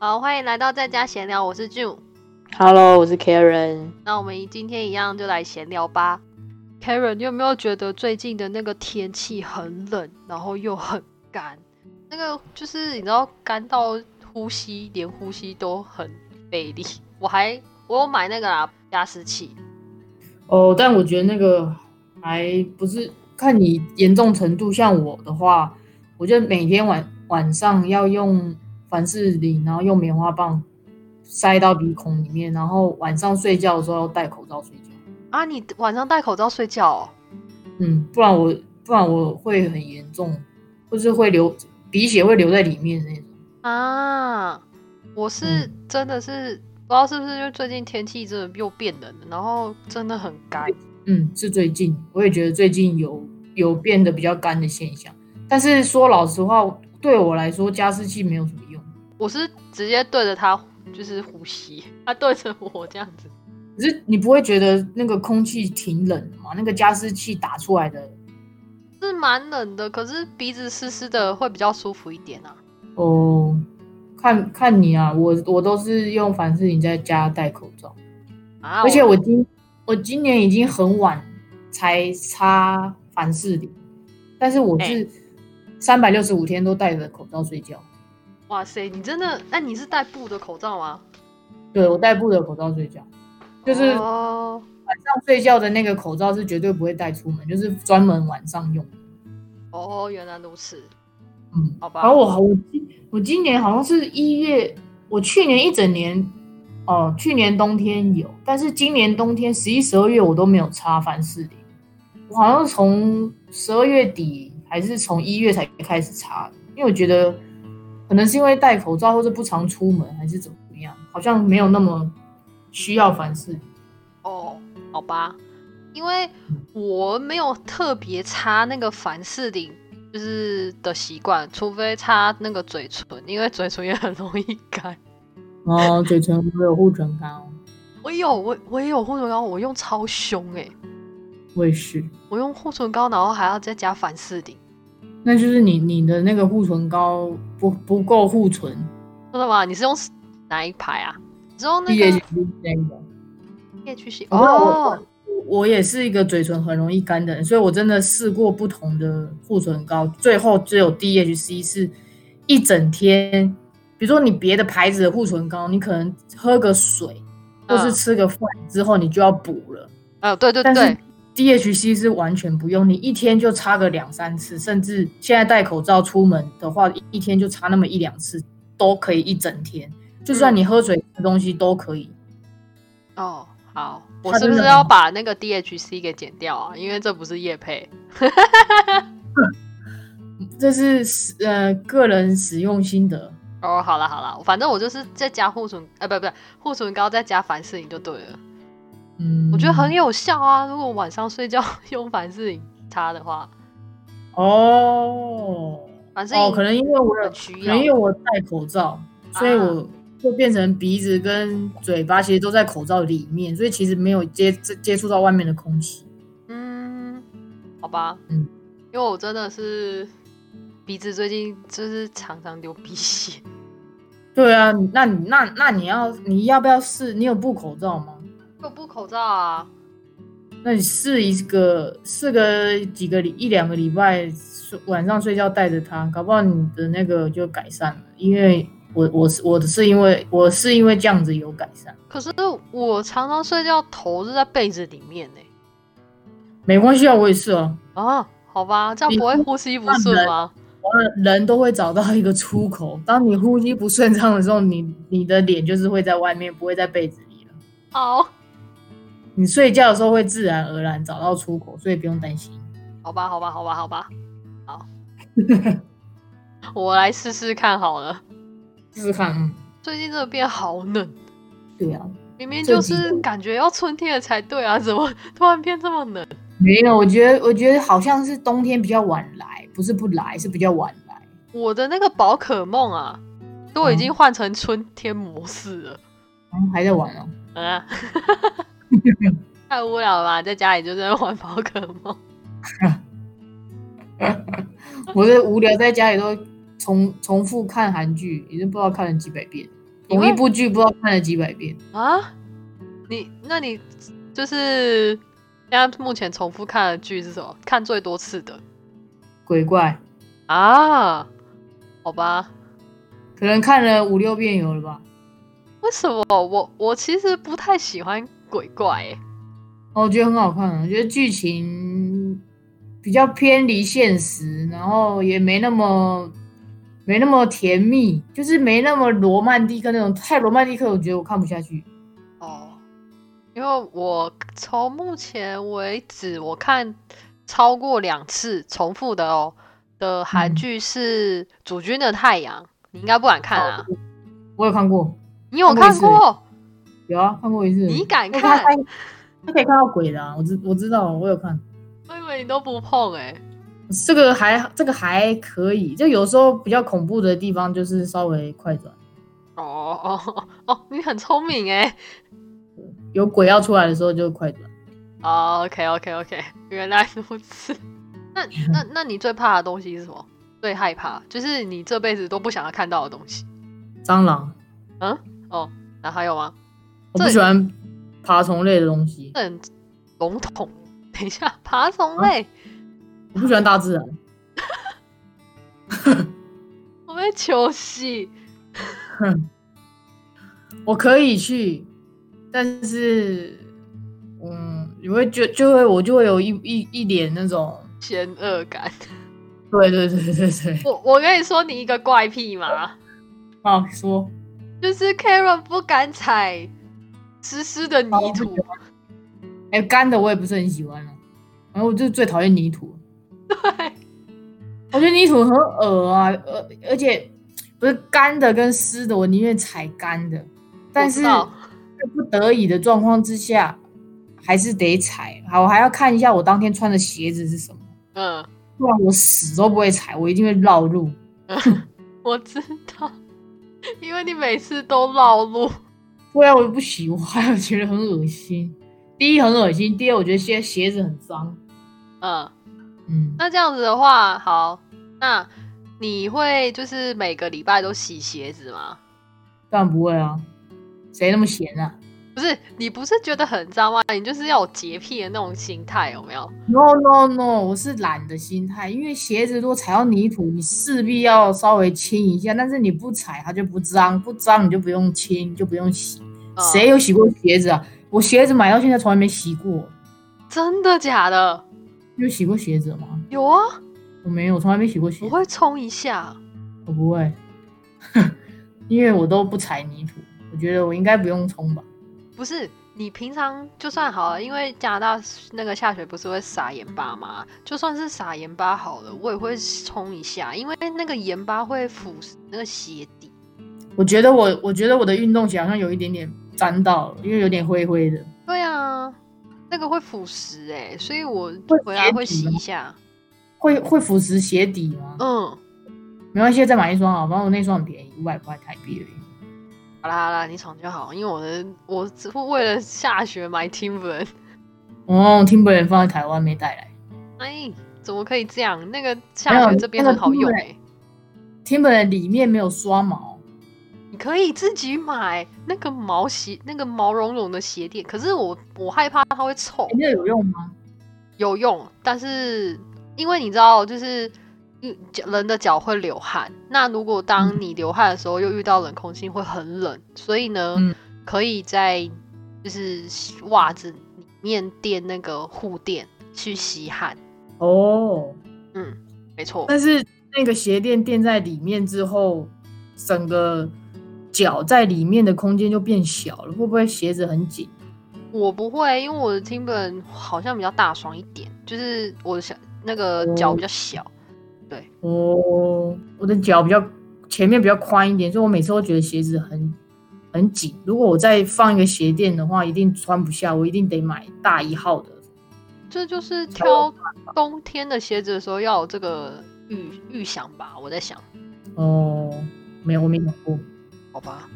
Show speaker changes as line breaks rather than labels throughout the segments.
好，欢迎来到在家闲聊，我是 June。
Hello，我是 Karen。
那我们今天一样就来闲聊吧。Karen，你有没有觉得最近的那个天气很冷，然后又很干？那个就是你知道干到呼吸，连呼吸都很费力。我还我有买那个啦加湿器，
哦，但我觉得那个还不是看你严重程度。像我的话，我就每天晚晚上要用凡士林，然后用棉花棒塞到鼻孔里面，然后晚上睡觉的时候要戴口罩睡觉。
啊，你晚上戴口罩睡觉、哦？
嗯，不然我不然我会很严重，或是会流鼻血会留在里面那种。
啊，我是真的是、不知道是不是因为最近天气真的又变冷了，然后真的很干。
嗯，是最近，我也觉得最近有有变得比较干的现象。但是说老实话，对我来说加湿器没有什么用。
我是直接对着它就是呼吸，它对着我这样子。
可是你不会觉得那个空气挺冷的吗？那个加湿器打出来的
是蛮冷的，可是鼻子湿湿的会比较舒服一点啊。
哦，看看你啊，我我都是用凡士林在家戴口罩，
啊，
而且我今我今年已经很晚才擦凡士林，但是我是三百六十五天都戴着口罩睡觉。
哇塞，你真的？那你是戴布的口罩吗？
对我戴布的口罩睡觉，就是晚
哦，
上睡觉的那个口罩是绝对不会带出门，就是专门晚上用的。
哦，原来如此。
嗯，
好吧
然后我好我今我今年好像是一月，我去年一整年，哦、去年冬天有，但是今年冬天十一、十二月我都没有擦凡士林，我好像从十二月底还是从一月才开始擦，因为我觉得可能是因为戴口罩或者不常出门还是怎么样，好像没有那么需要凡士林。
哦，好吧，因为我没有特别擦那个凡士林，就是的习惯，除非擦那个嘴唇，因为嘴唇也很容易干。
哦，嘴唇我有护唇膏，
我有，我我也有护唇膏，我用超凶欸诶、
我也是。
我用护唇膏，然后还要再加凡士林，
那就是你你的那个护唇膏不不够护唇，
真的吗？你是用哪一排啊？你是用那
毕业
个
那个。
夜曲型
我不知道我
哦，
我也是一个嘴唇很容易干的人，所以我真的试过不同的护唇膏，最后只有 DHC 是一整天。比如说你别的牌子的护唇膏，你可能喝个水或
嗯
是吃个饭之后，你就要补了。
呃，对对
但是
对，
DHC 是完全不用，你一天就擦个两三次，甚至现在戴口罩出门的话，一天就擦那么一两次都可以一整天。
嗯
就算你喝水吃东西都可以，
哦，好，我
它
是不
真的
是
很
要
好
把那个 DHC 给剪掉啊？因为这不是叶配，
这是使呃个人使用心得。
哦，好啦好啦，反正我就是再加护唇，呃，不不，护唇膏再加凡士林就对了。
嗯，
我觉得很有效啊，如果晚上睡觉 用凡士林擦的话，
哦
凡士林
哦，可能因为我有
很需
可
要啊
能因为我戴口罩，所以我就变成鼻子跟嘴巴其实都在口罩里面，所以其实没有接接触到外面的空气。
嗯，好吧，
嗯，
因为我真的是鼻子最近就是常常流鼻血，
对啊，那你那那你要你要不要试？你有布口罩吗？
我布口罩啊，
那你试一个试个几个礼一两个礼拜，睡晚上睡觉带着它，搞不好你的那个就改善了。因为我我是我是因为我是因为这样子有改善。
可是我常常睡觉头是在被子里面呢、
没关系啊，我也是哦、
啊，好吧，这样不会呼吸不顺吗？
人都会找到一个出口。当你呼吸不顺畅的时候，你你的脸就是会在外面，不会在被子里了。
好，
你睡觉的时候会自然而然找到出口，所以不用担心。
好吧，好吧，好吧，好吧， 好，我来试试看好了。
试试看，嗯，
最近真的变好冷，
对啊，
明明就
最
是
近
感觉要春天了才对啊，怎么突然变这么冷？
没有，我觉得我觉得好像是冬天比较晚来，不是不来，是比较晚来。
我的那个宝可梦啊，都已经换成春天模式了。
嗯，还在玩哦。
啊， 太无聊了吧，在家里就在玩宝可梦。
我是无聊在家里都重重复看韩剧，已经不知道看了几百遍。同一部剧不知道看了几百遍。
啊？你那你就是现在目前重复看的剧是什么？看最多次的
鬼怪
啊？好吧，
可能看了五六遍有了吧。
为什么我我其实不太喜欢鬼怪、欸？
哦，我觉得很好看啊，我觉得剧情比较偏离现实，然后也没那么没那么甜蜜，就是没那么罗曼蒂克那种。太罗曼蒂克，我觉得我看不下去。
哦，因为我从目前为止我看超过两次重复的哦的韩
嗯
剧是《主君的太阳》，你应该不敢看啊？
我有看过，
你有
看
看
过一次
过？
有啊，看过一次。
你敢
那
嗯
他
看？
看，他可以看到鬼的、啊，我知我知道，我有看。
我以为你都不碰哎、
这个还这个还可以，就有时候比较恐怖的地方就是稍微快转，
哦哦哦，你很聪明哎、
有鬼要出来的时候就快转。
哦 OK OK OK，原来如此。那那那你最怕的东西是什么？最害怕就是你这辈子都不想要看到的东西。
蟑螂，
那还有吗？
我不
这
喜欢爬虫类的东西，
这很笼统。等一下，爬虫类，
啊我不喜欢大自然。
我被球戏。
我可以去，但是，嗯，你会就就会我就会有一一一脸那种，
嫌恶感，
对对对对对，
我我跟你说，你一个怪癖嘛，
啊，说
就是 Karen 不敢踩湿湿的
哦
泥土，
哎、干的我也不是很喜欢了、然后我就最讨厌泥土，
对，
我觉得泥土很恶啊，而而且不是干的跟湿的，我宁愿踩干的，但是
我知道
在不得已的状况之下，还是得踩。好，我还要看一下我当天穿的鞋子是什么，
嗯，
不然我死都不会踩，我一定会绕路。
我知道， 因为你每次都绕路，
不然我不喜欢，我 觉得很恶心。第一很恶心，第二我觉得现在鞋子很脏。
嗯，
嗯，
那这样子的话，好，那你会就是每个礼拜都洗鞋子吗？
当然不会啊，谁那么闲啊？
不是，你不是觉得很脏吗？你就是要有洁癖的那种心态，有没有？
No no no，我是懒的心态，因为鞋子如果踩到泥土，你势必要稍微清一下，但是你不踩它就不脏，不脏你就不用清，就不用洗。
嗯
谁、有洗过鞋子啊？我鞋子买到现在从来没洗过，
真的假的？
你有洗过鞋子吗？
有啊，
我没有，我从来没洗过鞋
我
子，
会冲一下。
我不会， 因为我都不踩泥土，我觉得我应该不用冲吧。
不是你平常就算好了，因为加拿大那个下雪不是会撒盐巴吗？就算是撒盐巴好了，我也会冲一下，因为那个盐巴会腐蚀那个鞋底。
我觉得我，我觉得我的运动鞋好像有一点点沾到了，因为有点灰灰的。
对啊，那个会腐蚀哎、所以我
会
回来会
鞋底
洗
吗
一下。
会会腐蚀鞋底吗？
嗯，
没关系，再买一双啊，反正我那双很便宜，五百块台币而已。
好啦好啦，你闯就好，因为我的我只会为了下雪买 Timber。
哦，Timberland 放在台湾没带来
哎，怎么可以这样？那个
没
下
有
雪这边
那
很
个
好用
Timberland-
哎、
，Timberland 里面没有刷毛，
你可以自己买那个毛鞋，那个毛茸茸的鞋垫。可是我我害怕它会臭
哎，那有用吗？
有用，但是因为你知道，就是嗯脚人的脚会流汗，那如果当
嗯
你流汗的时候又遇到冷空气，会很冷，所以呢，
嗯
可以在就是袜子里面垫那个护垫去吸汗。
哦，
嗯，没错，
但是那个鞋垫垫在里面之后，整个脚在里面的空间就变小了，会不会鞋子很紧？
我不会，因为我的 Timber 好像比较大双一点，就是我的小那个脚比较小。
哦，我的脚比较前面比较宽一点，所以我每次都觉得鞋子很很紧。如果我再放一个鞋垫的话，一定穿不下，我一定得买大一号的。
这就是
嗯
挑冬天的鞋子的时候要有这个预预想吧，我在想，
哦，没有，我没想过。
好 吧。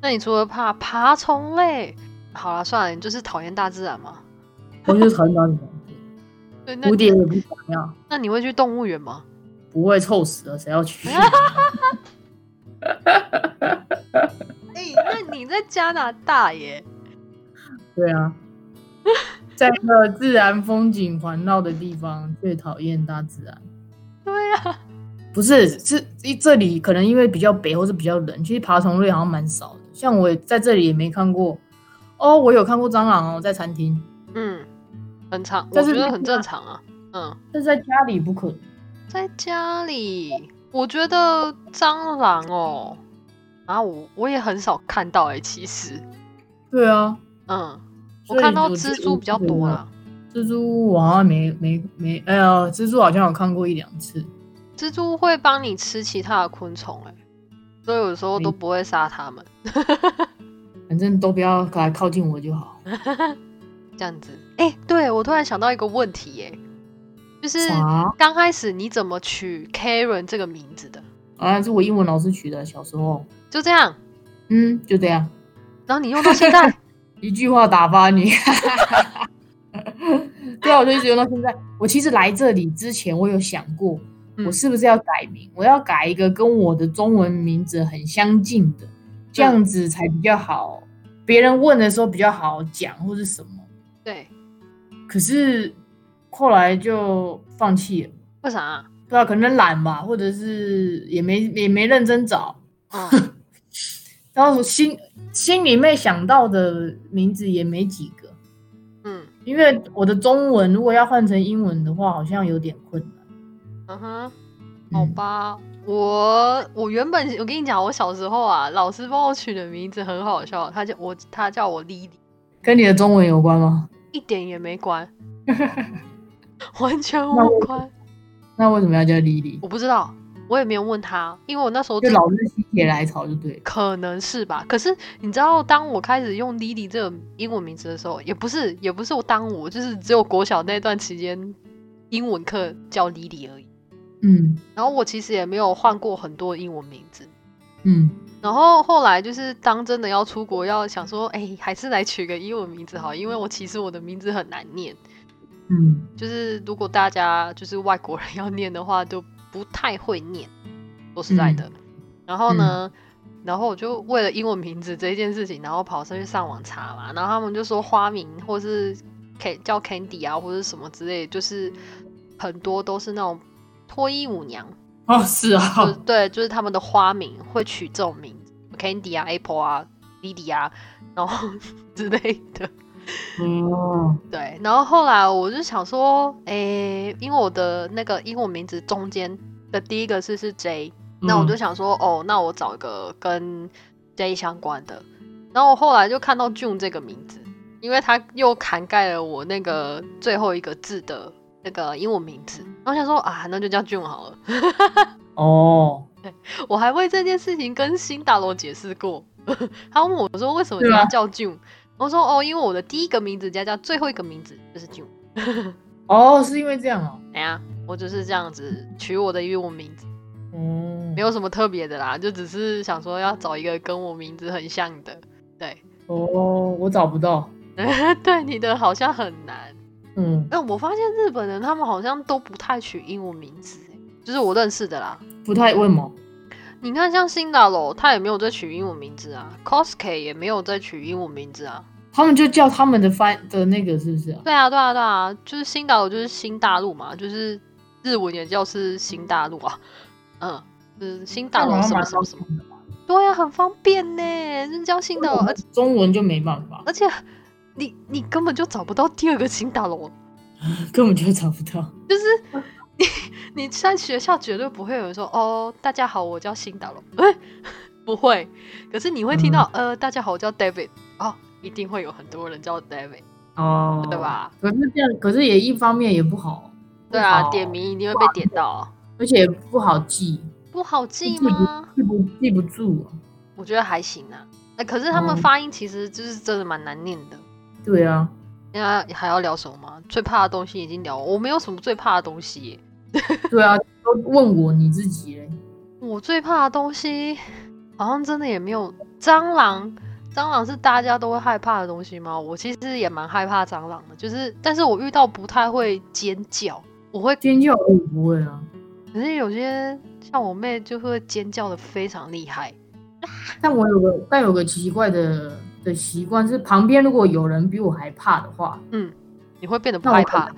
那你除了怕爬虫类，好了，算了，你就是讨厌大自然嘛。
我就是讨厌到你们
对，那
蝴蝶也不想要，
那你会去动物园吗？
不会臭死了，谁要去？
哎你在加拿大耶，
对啊，在一个自然风景环绕的地方，最讨厌大自然。
对啊，
不是，是这里可能因为比较北或是比较冷，其实爬虫类好像蛮少的。像我在这里也没看过，哦，我有看过蟑螂哦，在餐厅，
嗯，很常，我
但
觉
是
得很正常啊，嗯，
但是在家里不可能。
在家里，我觉得蟑螂哦，啊，我我也很少看到哎、其实，
对啊，
嗯，我
所以
看到
我觉得
蜘蛛比较多啦，
蜘蛛我好像没没没，哎呀，蜘蛛好像有看过一两次。
蜘蛛会帮你吃其他的昆虫哎、所以有时候都不会杀它们，
反正都不要来靠近我就好。
这样子。哎、对我突然想到一个问题耶、就是
啥？
刚开始你怎么取 Karen 这个名字的？
啊，是我英文老师取的，小时候。
就这样，
嗯，就这样，
然后你用到现 在，
一句话打发你。 对啊，我就一直用到现在。我其实来这里之前，我有想过，
嗯
我是不是要改名？我要改一个跟我的中文名字很相近的，这样子才比较好。别人问的时候比较好讲，或是什么。
对，
可是后来就放弃了，
为啥、啊？
对啊，可能懒吧，或者是也没也没认真找。
嗯
然后我心心里面想到的名字也没几个，
嗯
因为我的中文如果要换成英文的话，好像有点困难。
嗯哼。
嗯
好，吧，我我原本我跟你讲，我小时候啊，老师帮我取的名字很好笑，他叫我他叫我 Lily，
跟你的中文有关吗？
一点也没 关，完全
那
无
我
关。
那为什么要叫 Lily？
我不知道，我也没有问他，因为我那时候
就
自
老是心血来潮就对了。
可能是吧。可是你知道，当我开始用 Lily 这个英文名字的时候，也不是也不是我当我就是只有国小那段期间英文课叫 Lily 而已。
嗯
然后我其实也没有换过很多英文名字，
嗯，
然后后来就是当真的要出国，要想说，哎、还是来取个英文名字好，因为我其实我的名字很难念，
嗯，
就是如果大家就是外国人 要念的话，就不太会念，说实在的。然后呢，然后我就为了英文名字这一件事情，然后跑上去上网查嘛，然后他们就说花名或是 Can 叫 Candy 啊，或者什么之类，就是很多都是那种脱衣舞娘。
哦，是啊，
就是对，就是他们的花名会取这种名字，Candy 啊、Apple 啊、Lily 啊，然后 之类的。
哦，
对，然后后来我就想说，诶、因为我的那个英文名字中间的第一个字是 J，那我
嗯
就想说，哦，那我找一个跟 J 相关的。然后我后来就看到 June 这个名字，因为它又涵盖了我那个最后一个字的那个英文名字。然后想说啊，那就叫 June 好了。
哦，
我还为这件事情跟新大楼解释过， 他问我说为什么你
对啊
要叫 June，我说哦，因为我的第一个名字加上最后一个名字就是 June，
哦，是因为这样哦，
哎呀，我就是这样子取我的英文名字，
嗯，
没有什么特别的啦，就只是想说要找一个跟我名字很像的。 对，
哦，我找不到，
对，你的好像很难。
嗯，
哎、我发现日本人他们好像都不太取英文名字、哎就是我认识的啦。
不太为什么，
你看，像新大楼，他也没有在取英文名字啊，Cosky 也没有在取英文名字啊。
他们就叫他们的翻的那个是不是啊？
对啊，对啊，对啊，就是新大陆就是新大陆嘛，就是日文也叫是新大陆啊，嗯，就是新大陆
那好
什
像
么
蛮
什么什么
方，便的
对啊，很方便呢，就是叫新大
我
陆，而
们中文就没办法，
而且你你根本就找不到第二个新大陆，
根本就找不到。
你在学校绝对不会有人说哦，大家好，我叫新大陆，哎、不会，可是你会听到、
嗯
呃，大家好，我叫 David，哦，一定会有很多人叫 David，
哦，
对？吧？
可是这样，可是也一方面也不好，
对啊，
不好
点，名一定会被点到啊，
而且也不好记，
不好记
自己
吗？
记不记不住、啊。
我觉得还行啊。哎、可是他们
嗯
发音其实就是真的蛮难念的。
对啊，
那还要聊什么吗？最怕的东西已经聊完，我没有什么最怕的东西耶
对啊，都问我你自己嘞。
我最怕的东西好像真的也没有。蟑螂，蟑螂是大家都会害怕的东西吗？我其实也蛮害怕蟑螂的，就是，但是我遇到不太会尖叫，我会，
尖叫我也不会啊，
可是有些像我妹就会尖叫的非常厉害。
但我有个但有个奇怪的的习惯是，旁边如果有人比我还怕的话，
你会变得不
那我
害怕。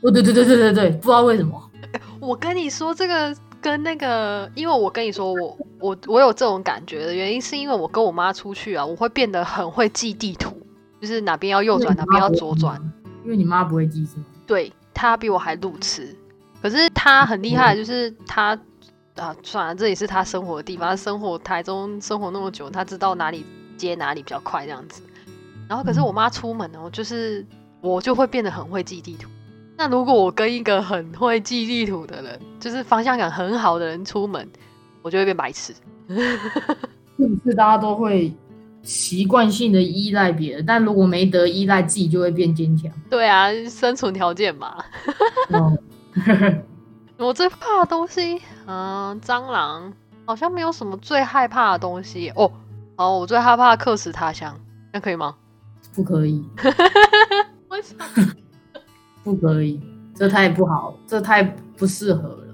哦，对对对对对对，不知道为什么，
我跟你说这个跟那个，因为我跟你说我我我有这种感觉的原因，是因为我跟我妈出去啊，我会变得很会记地图，就是哪边要右转，哪边要左转。，啊
因为你妈不会记是吗？
对她比我还路痴，可是她很厉害，就是她啊，算了，这也是她生活的地方，她生活台中生活那么久，她知道哪里接哪里比较快这样子。然后可是我妈出门哦，就是我就会变得很会记地图。那如果我跟一个很会记地图的人，就是方向感很好的人出门，我就会变白痴。
是不是大家都会习惯性的依赖别人？但如果没得依赖，自己就会变坚强。
对啊，生存条件嘛。
嗯，
我最怕的东西，嗯，蟑螂好像没有什么最害怕的东西哦。哦，我最害怕的客死他乡，那可以吗？
不可以，
为什么？
不可以，这太不好，这太不适合了。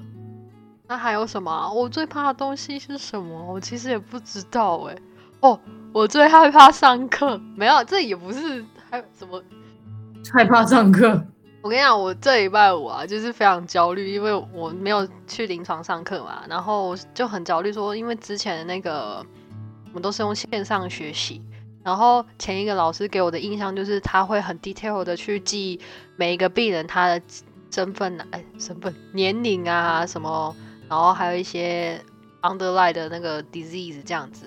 那还有什么啊、我最怕的东西是什么？我其实也不知道哎、哦，我最害怕上课，没有，这也不是还有什么。
害怕上课，
我跟你讲，我这礼拜五啊，就是非常焦虑，因为我没有去临床上课嘛，然后就很焦虑，说因为之前的那个我们都是用线上学习，然后前一个老师给我的印象就是他会很 detail 的去记每一个病人他的身份啊，哎，身份、年龄啊什么，然后还有一些 underlie 的那个 disease 这样子。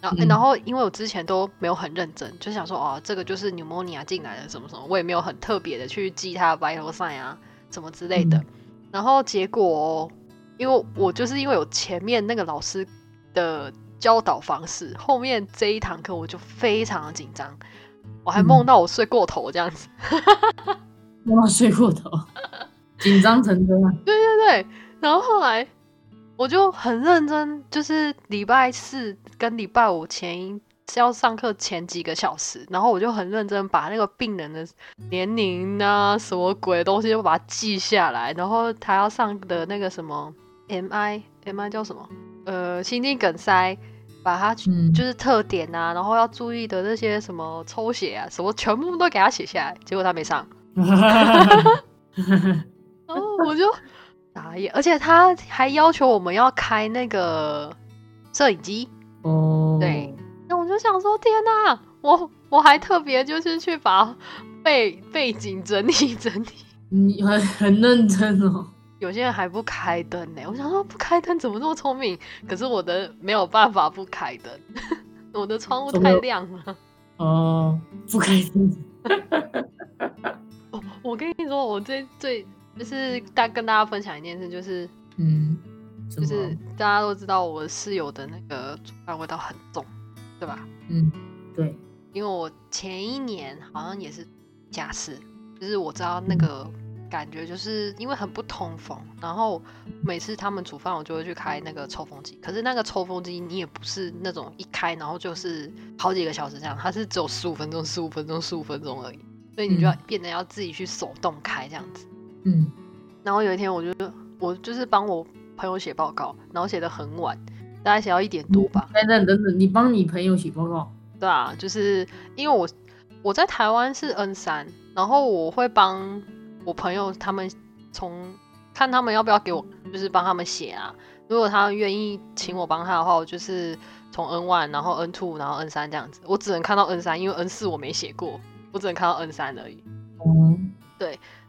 然后、哎
嗯
然后因为我之前都没有很认真，就想说哦，这个就是 pneumonia 进来的什么什么，我也没有很特别的去记它的 vital sign 啊什么之类的。
嗯
然后结果、哦因为我就是因为有前面那个老师的教导方式，后面这一堂课我就非常的紧张，我还梦
嗯
到我睡过头这样子。
妈妈睡过 头，紧张成这样。
对，然后后来我就很认真，就是礼拜四跟礼拜五前一是要上课前几个小时，然后我就很认真把那个病人的年龄啊、什么鬼的东西就把它记下来，然后他要上的那个什么 MI MI 叫什么？呃，心肌梗塞，把它
嗯，
就是特点啊，然后要注意的那些什么抽血啊，什么全部都给他写下来，结果他没上。然
哦
后我就傻眼，而且他还要求我们要开那个摄影机，
哦，
对，那我就想说，天哪、我我还特别就是去把背背景整理整理，
你很很认真哦。
有些人还不开灯呢、我想说不开灯怎么这么聪明？可是我的没有办法不开灯， 我的窗户
怎么
太
有
亮了。
哦，不开心。
我我跟你说，我最最就是大跟大家分享一件事，就是
嗯，什
就
么
是大家都知道我室友的那个煮饭味道很重，对吧？
嗯，对，
因为我前一年好像也是家事，就是我知道那个感觉，就是因为很不通风，然后每次他们煮饭，我就会去开那个抽风机。可是那个抽风机，你也不是那种一开然后就是好几个小时这样，它是只有十五分钟、十五分钟、十五分钟而已，所以你就要
嗯
变得要自己去手动开这样子。
嗯
然后有一天，我就我就是帮我朋友写报告，然后写的很晚，大概写到一点多吧。
等等等等，你帮你朋友写报告，
对啊，就是因为我我在台湾是 N 三，然后我会帮我朋友他们从看他们要不要给我，就是帮他们写啊。如果他愿意请我帮他的话，我就是从 N one，然后 N two，然后 N 三这样子。我只能看到 N 三，因为 N 四我没写过，我只能看到 N 三而已。
哦，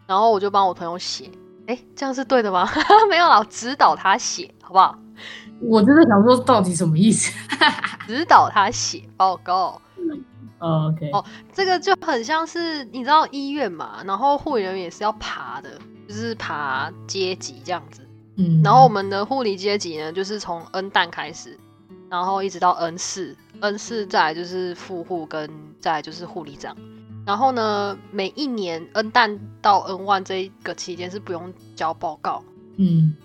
然后我就帮我朋友写，哎，这样是对的吗？ 没有啦，我指导他写，好不好？
我真的想说到底什么意思
指导他写报告。
哦？OK，
哦这个就很像是你知道医院嘛，然后护理人员也是要爬的，就是爬阶级这样子。
嗯，
哦然后我们的护理阶级呢，就是从 N 蛋开始，然后一直到 N 四，N 四再来就是副护跟再来就是护理长。然后呢，每一年 N 蛋到 N one 这一个期间是不用交报告，
嗯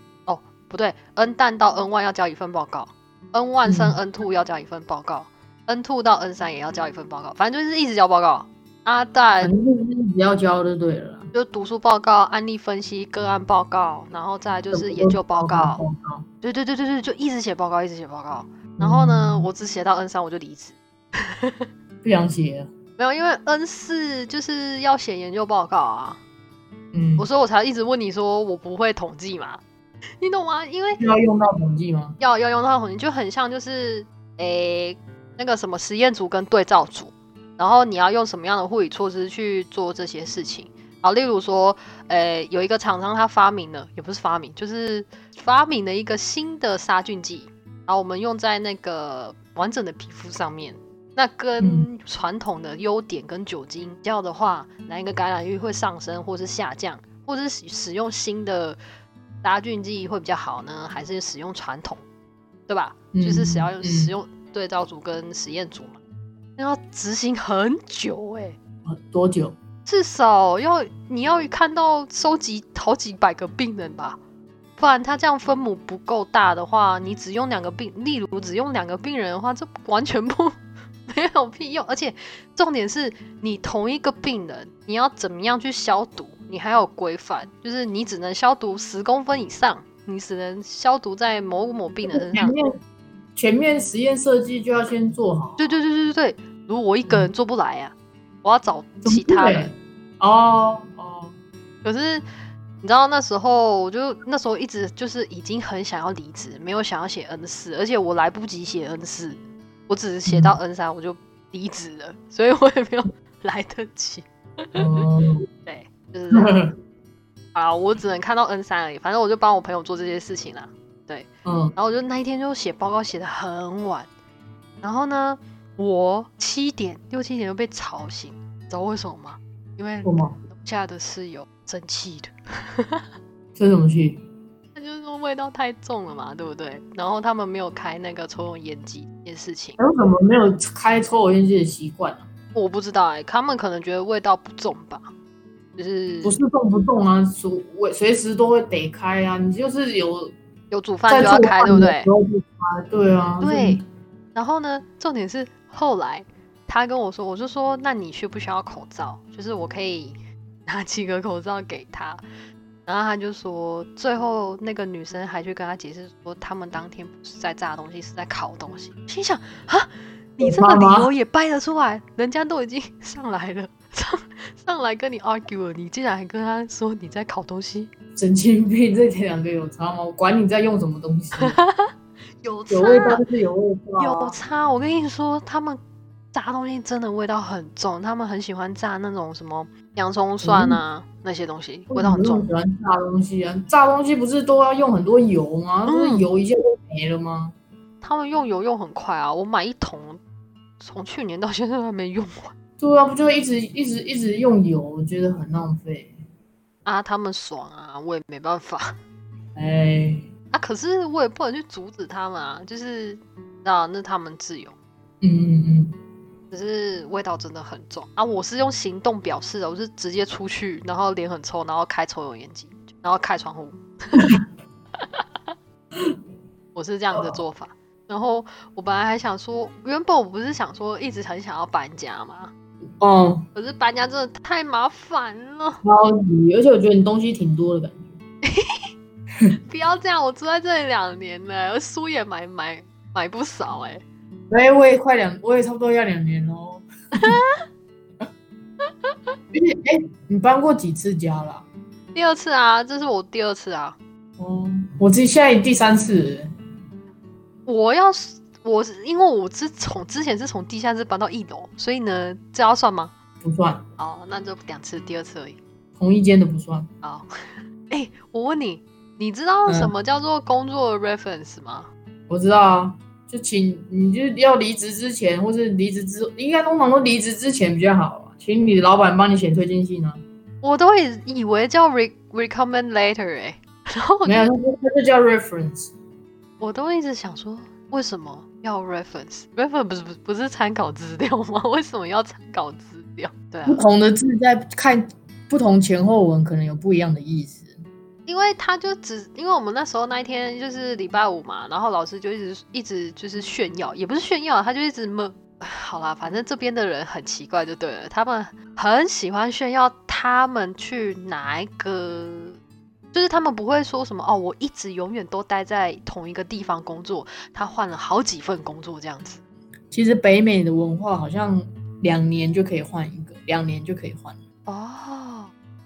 不对，N 蛋到 N one 要交一份报告，N one
嗯
升 N two 要交一份报告、n two 到 N 三也要交一份报告，反正就是一直交报告。啊，再来
反正就是一直要交就对了啦，
就读书报告、案例分析、个案报告，然后再来就是研究报告。
报告，嗯
对对对对对，就一直写报告，一直写报告。然后呢，我只写到 N 三我就离职，
不想写了。
没有，因为 N 四就是要写研究报告啊。
嗯，
我说我才一直问你说我不会统计嘛，你懂吗？因为
要用到统计吗？
要要用到统计，就很像就是诶、那个什么实验组跟对照组，然后你要用什么样的护理措施去做这些事情。好，例如说，呃，有一个厂商他发明了，也不是发明，就是发明了一个新的杀菌剂，然后我们用在那个完整的皮肤上面。那跟
嗯
传统的优点跟酒精比较的话，哪一个感染率会上升，或是下降，或是使使用新的杀菌剂会比较好呢？还是使用传统，对吧？就是使要用
嗯
使用对照组跟实验组嘛，那要执行很久哎、
多久？
至少要你要看到收集好几百个病人吧，不然他这样分母不够大的话，你只用两个病，例如只用两个病人的话，这完全不 没有屁用。而且重点是你同一个病人，你要怎么样去消毒，你还有规范，就是你只能消毒十公分以上，你只能消毒在某某病人身上
前。面前面实验设计就要先做好。
对对对对对对，如果我一个人做不来呀、我要找
怎么
其他
会
人。
哦哦，
可是你知道那时候，我就那时候一直就是已经很想要离职，没有想要写 N 四，而且我来不及写 N 四，我只是写到 N 三我就离职了，所以我也没有 来得及。
嗯
对，就是 这样啊，我只能看到 N 三而已。反正我就帮我朋友做这些事情啦。
嗯，
然后我就那一天就写报告写的很晚，然后呢，我七点六七点就被吵醒，你知道为什么吗？因为
什么？
楼下的室友生气的。
这怎么去？
他就是说味道太重了嘛，对不对？然后他们没有开那个抽油烟机这件事情，
哎为什么没有开抽油烟机的习惯啊？
我不知道哎、他们可能觉得味道不重吧，就是
不是动不动啊，随随时都会得开啊。你就是有
有煮饭
在
就
做
要开，对不
饭的
对
时？候就开，对啊，
对
就。
然后呢，重点是后来他跟我说，我就说那你需不需要口罩？就是我可以 拿几个口罩给他。然后他就说，最后那个女生还去跟他解释说，他们当天不是在炸东西，是在烤东西。心想啊，你这个理由也掰得出来，人家都已经 上来了，上上来跟你 argue 了，你竟然还跟他说你在烤东西，
神经病，这两个有差吗？我管你在用什么东西，
有差
有味道就是有味道、啊，
有差，我跟你说，他们炸东西真的味道很重，他们很喜欢炸那种什么洋葱蒜啊、那些东西，味道很
我
重
喜。欢炸东西啊，炸东西不是都要用很多油吗？
嗯
不是油一下就没了吗？
他们用油用很快啊，我买一桶，从去年到现在都还没用完
对啊，不就一直一直一直用油，我觉得很浪费。
啊。他们爽啊，我也没办法
哎，
啊。可是我也不能去阻止他们啊，就是啊，那他们自由。
嗯嗯嗯，
只是味道真的很重啊！我是用行动表示的，我是直接出去，然后脸很臭，然后开抽油烟机，然后开窗户， 我是这样的做法。然后我本来还想说，原本我不是想说一直很想要搬家吗？
哦，
可是搬家真的太麻烦了，
超级，而且我觉得你东西挺多的感觉。
不要这样！我住在这里两年了，我书也买买买不少哎、
哎，我也快两，我也差不多要两年 喽。而且，哎，你搬过几次家了？
第二次啊，这是我第二次啊，
哦，我这现在第三次了。
我要是我是因为我是从之前是从地下室搬到一楼，所以呢，这要算吗？
不算，
哦，那就两次，第二次而已。
同一间的不算。
哦，哎、我问你，你知道
嗯
什么叫做工作 reference 吗？
我知道啊，就请你就要离职之前，或是离职之，应该通常都离职之前比较好啊，请你的老板帮你写推荐信啊。
我都以以为叫 re recommend later 哎、然后我就
没有，那那就叫 reference。
我都一直想说，为什么要 reference？reference 不是不是不是参考资料吗？ 为什么要参考资料？对啊
不，同的字在看不同前后文，可能有不一样的意思。
因为他就只因为我们那时候那一天就是礼拜五嘛，然后老师就一直一直就是炫耀，也不是炫耀，他就一直么。好啦，反正这边的人很奇怪就对了，他们很喜欢炫耀他们去哪一个就是他们不会说什么哦，我一直永远都待在同一个地方工作，他换了好几份工作这样子。
其实北美的文化好像两年就可以换一个，两年就可以换。
哦，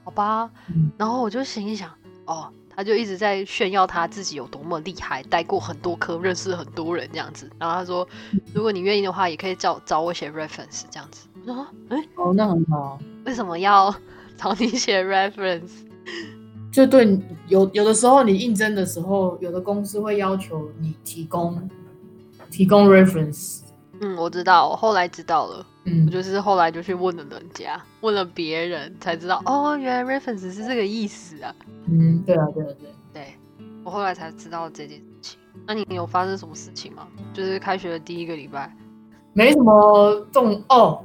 好吧，
嗯
然后我就心里想，哦，他就一直在炫耀他自己有多么厉害，带过很多科，认识很多人这样子。然后他说，如果你愿意的话，也可以找找我写 reference 这样子。我说，哎、
哦，那很好啊。
为什么要 找你写 reference？
就对你有有的时候你应征的时候，有的公司会要求你提供提供 reference，
嗯，我知道，我后来知道了，
嗯
我，就是后来就去问了人家，问了别人才知道，哦，原来 reference 是这个意思啊。
嗯，对啊，对啊，对啊
对，我后来才知道这件事情。那你有发生什么事情吗？就是开学的第一个礼拜，
没什么重哦。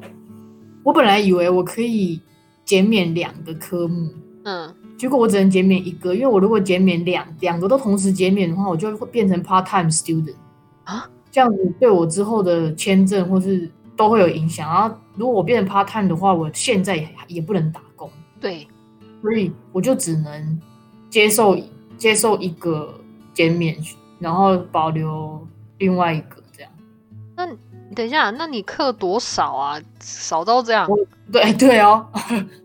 我本来以为我可以减免两个科目，
嗯，
结果我只能减免一个，因为我如果减免两两个都同时减免的话，我就会变成 part time student
啊，
这样子对我之后的签证或是都会有影响。然后如果我变成 part time 的话，我现在也也不能打工，
对，
所以我就只能接受接受一个减免，然后保留另外一个这样。
等一下，那你课多少啊？少到这样
我对对哦，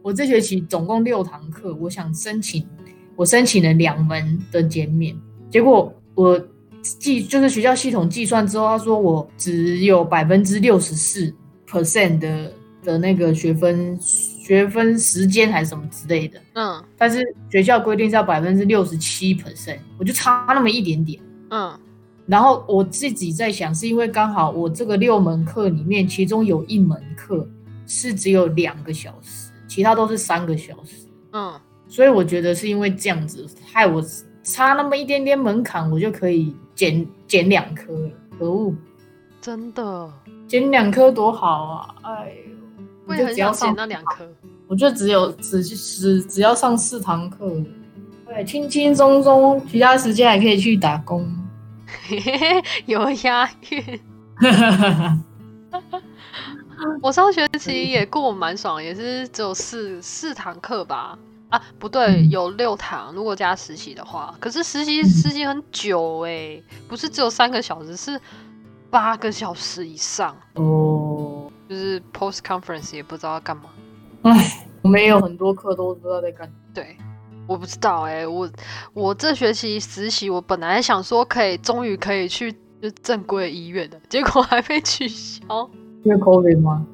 我这学期总共六堂课，我想申请，我申请了两门的减免，结果我计就是学校系统计算之后，他说我只有百分之六十四 percent 的的那个学分学分时间还是什么之类的，
嗯
但是学校规定是要百分之六十七 percent，我就差那么一点点。
嗯
然后我自己在想，是因为刚好我这个六门课里面，其中有一门课是只有两个小时，其他都是三个小时，
嗯，
所以我觉得是因为这样子，害我差那么一点点门槛，我就可以减减两科了。可恶，
真的，
减两科多好啊！哎呦，
我
我
也
就
很
只
想
要
写
上
那两科。
我就只有只只只要上四堂课，对，轻轻松松，其他时间还可以去打工。
嘿嘿嘿， 有押韵。我上学期也过蛮爽，也是只有四四堂课吧。啊，不对，
嗯
有六堂，如果加实习的话。可是实习
嗯
实习很久哎、不是只有三个小时，是八个小时以上。
哦，
就是 post conference 也不知道要干嘛。
唉，我们也有很多课都不知道在干嘛。
对，我不知道哎、我我这学期实习，我本来想说可以，终于可以去就正规的医院的，结果还被取消。
因为 COVID 吗？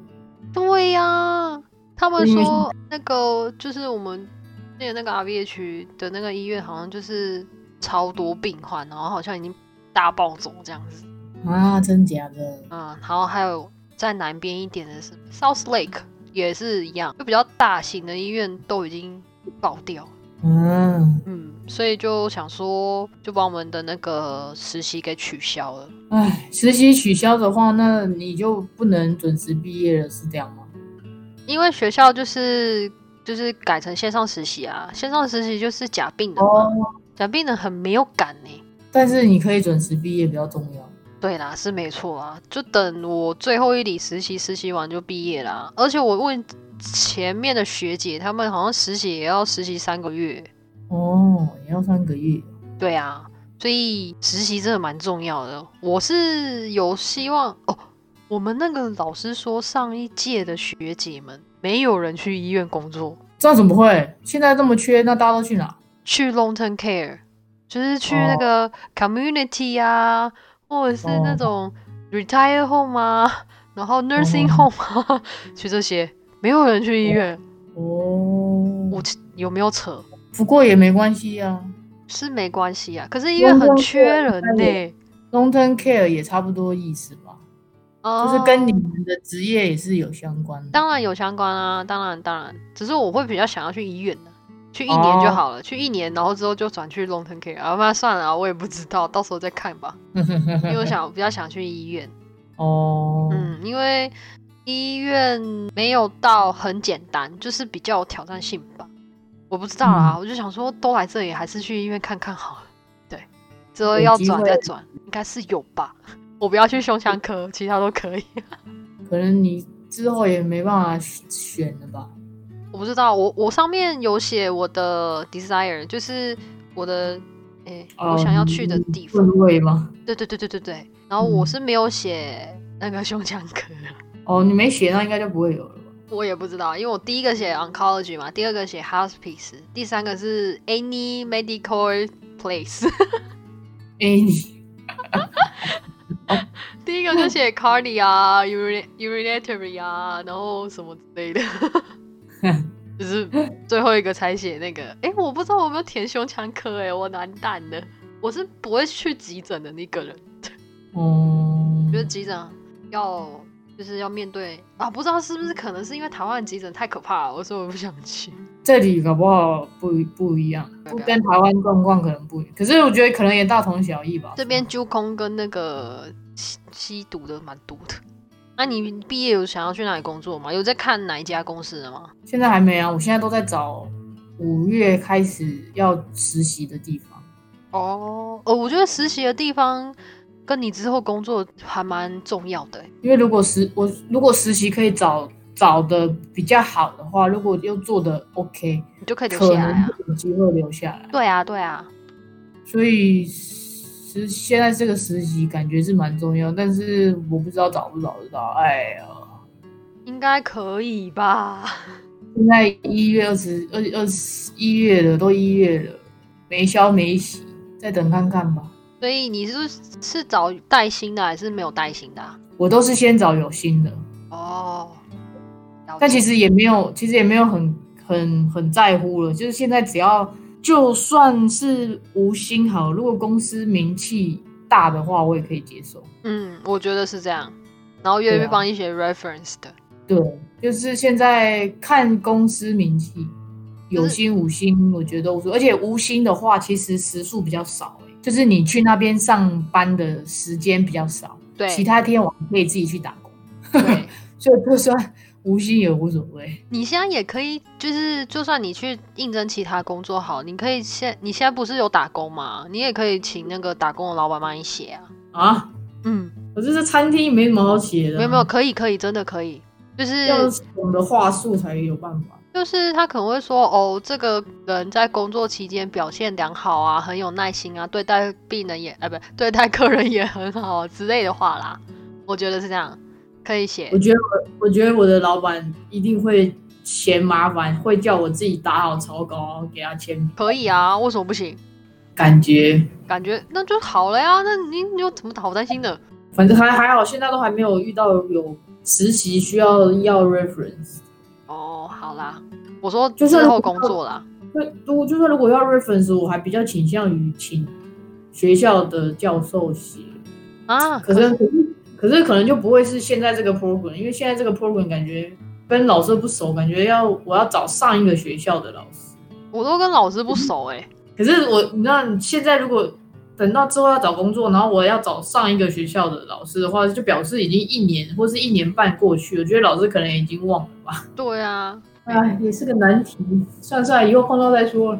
对呀、他们
因为
说那个就是我们那个那个 RVH 的那个医院，好像就是超多病患，然后好像已经大暴走这样子。
啊，真假的？
嗯，然后还有在南边一点的是 South Lake，也是一样，就比较大型的医院都已经爆掉了。
嗯，
嗯，所以就想说，就把我们的那个实习给取消了。
唉，哎实习取消的话，那你就不能准时毕业了，是这样吗？
因为学校就是就是改成线上实习啊，线上实习就是假病人嘛，
哦，
假病人很没有感呢、
但是你可以准时毕业比较重要。
对啦，是没错啊，就等我最后一里实习，实习完就毕业啦。而且我问前面的学姐，她们好像实习也要实习三个月。
哦，也要三个月。
对啊，所以实习真的蛮重要的。我是有希望哦。我们那个老师说，上一届的学姐们没有人去医院工作，
这样怎么会？现在这么缺，那大家都去哪？
去 long term care，就是去那
哦
个 community 啊，或者是那种 retire home 啊，然后 nursing
哦
home 啊， 去这些，没有人去医院。
哦
我，有没有扯？
不过也没关系啊
是没关系啊，可是医院很
Long-term care
缺人呢、
，long term care 也差不多意思吧，就是
哦
跟你们的职业也是有相关的。
当然有相关啊，当然当然，只是我会比较想要去医院的，去一年就
哦
好了，去一年，然后之后就转去 long term care 啊，那算了啊，我也不知道，到时候再看 吧，因为我想比较想去医院，
哦，
嗯，因为医院没有到很简单，就是比较有挑战性吧，我不知道啦，
嗯
我就想说都来这里，还是去医院看看好了，对，之后
有
要
机
转
会
再转，应该是有吧，我不要去胸腔科，其他都可以。
可能你之后也没办法选了吧？
我不知道，我我上面有写我的 desire，就是我的诶、我想要去的地方。
顺位吗？
对对对对对对。然后我是没有写那个胸腔科，
哦，你没写，那应该就不会有了吧。
我也不知道，因为我第一个写 oncology 嘛，第二个写 hospice，第三个是 any medical place，
哎、你
第一个就写 cardia、啊、urin urinary 啊，然后什么之类的，就是最后一个才写那个。哎、我不知道我有没有填胸腔科、诶哎，我完蛋了，我是不会去急诊的那个人。
哦
觉，得急诊要就是要面对啊，不知道是不是可能是因为台湾的急诊太可怕了，我说我不想去。
这里搞不好不一不一样，不
啊
跟台湾状况可能不一样，可是我觉得可能也大同小异吧。
这边纠空跟那个吸吸毒的蛮多的。那、你毕业有想要去哪里工作吗？有在看哪一家公司的吗？
现在还没啊，我现在都在找五月开始要实习的地方。
哦，呃，我觉得实习的地方跟你之后工作还蛮重要的欸、
因为如果实我如果实习可以找找的比较好的话，如果又做的 OK，
你就可以留下
可
来
能
啊。
会有机会留下来。
对啊，对啊，
所以实现在这个实习感觉是蛮重要，但是我不知道找不找得到。哎呀，
应该可以吧？
现在一月二十二二十一月了，都一月了，没消没息，再等看看吧。
所以你是是找带薪的还是没有带薪的、啊？
我都是先找有薪的，
哦，了
但
解
其实也没有，其实也没有很很很在乎了。就是现在只要就算是无薪好，如果公司名气大的话，我也可以接受。
嗯，我觉得是这样。然后月
对
月
啊
帮你写 reference 的，
对，就是现在看公司名气，有
就是
薪无薪，我觉得都无所谓。而且无薪的话，其实时数比较少、欸，就是你去那边上班的时间比较少，
对，
其他天我可以自己去打工，
对，
所以就算无薪也无所谓。
你现在也可以，就是就算你去应征其他工作好，你可以现你现在不是有打工吗？你也可以请那个打工的老板帮你写啊。
啊，
嗯，
可是这餐厅没什么好写的啊、
没有没有，可以可以，真的可以，就是
要懂得话术才有办法。
就是他可能会说，哦，这个人在工作期间表现良好啊，很有耐心啊，对待病人也，呃，不对待客人也很好之类的话啦。我觉得是这样，可以写
我。觉得我，我觉得我的老板一定会嫌麻烦，会叫我自己打好草稿给他签名。
可以啊，为什么不行？
感觉
感觉那就好了呀，那你你有怎么好担心的？
反正还还好，现在都还没有遇到有实习需要要 reference。
哦，好啦，我说
就
之
算
后工作啦，
那如果就算如果要 reference，我还比较倾向于请学校的教授写。
啊，
可是可是可是可能就不会是现在这个 program，因为现在这个 program 感觉跟老师不熟，感觉要我要找上一个学校的老师。
我都跟老师不熟哎、
可是我，你知道，现在如果等到之后要找工作，然后我要找上一个学校的老师的话，就表示已经一年或是一年半过去了，我觉得老师可能已经忘了吧。
对啊，
哎，也是个难题，算了算了，以后碰到再说了。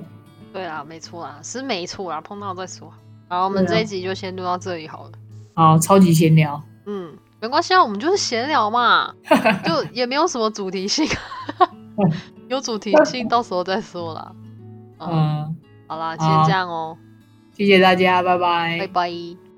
对啊，没错啊，是没错啊，碰到再说。好，我们
对啊
这一集就先录到这里好了。
好，超级闲聊，
嗯，没关系啊，我们就是闲聊嘛，就也没有什么主题性，有主题性到时候再说啦。嗯，
嗯，
好啦，今天这样哦，
谢谢大家，拜拜
拜拜。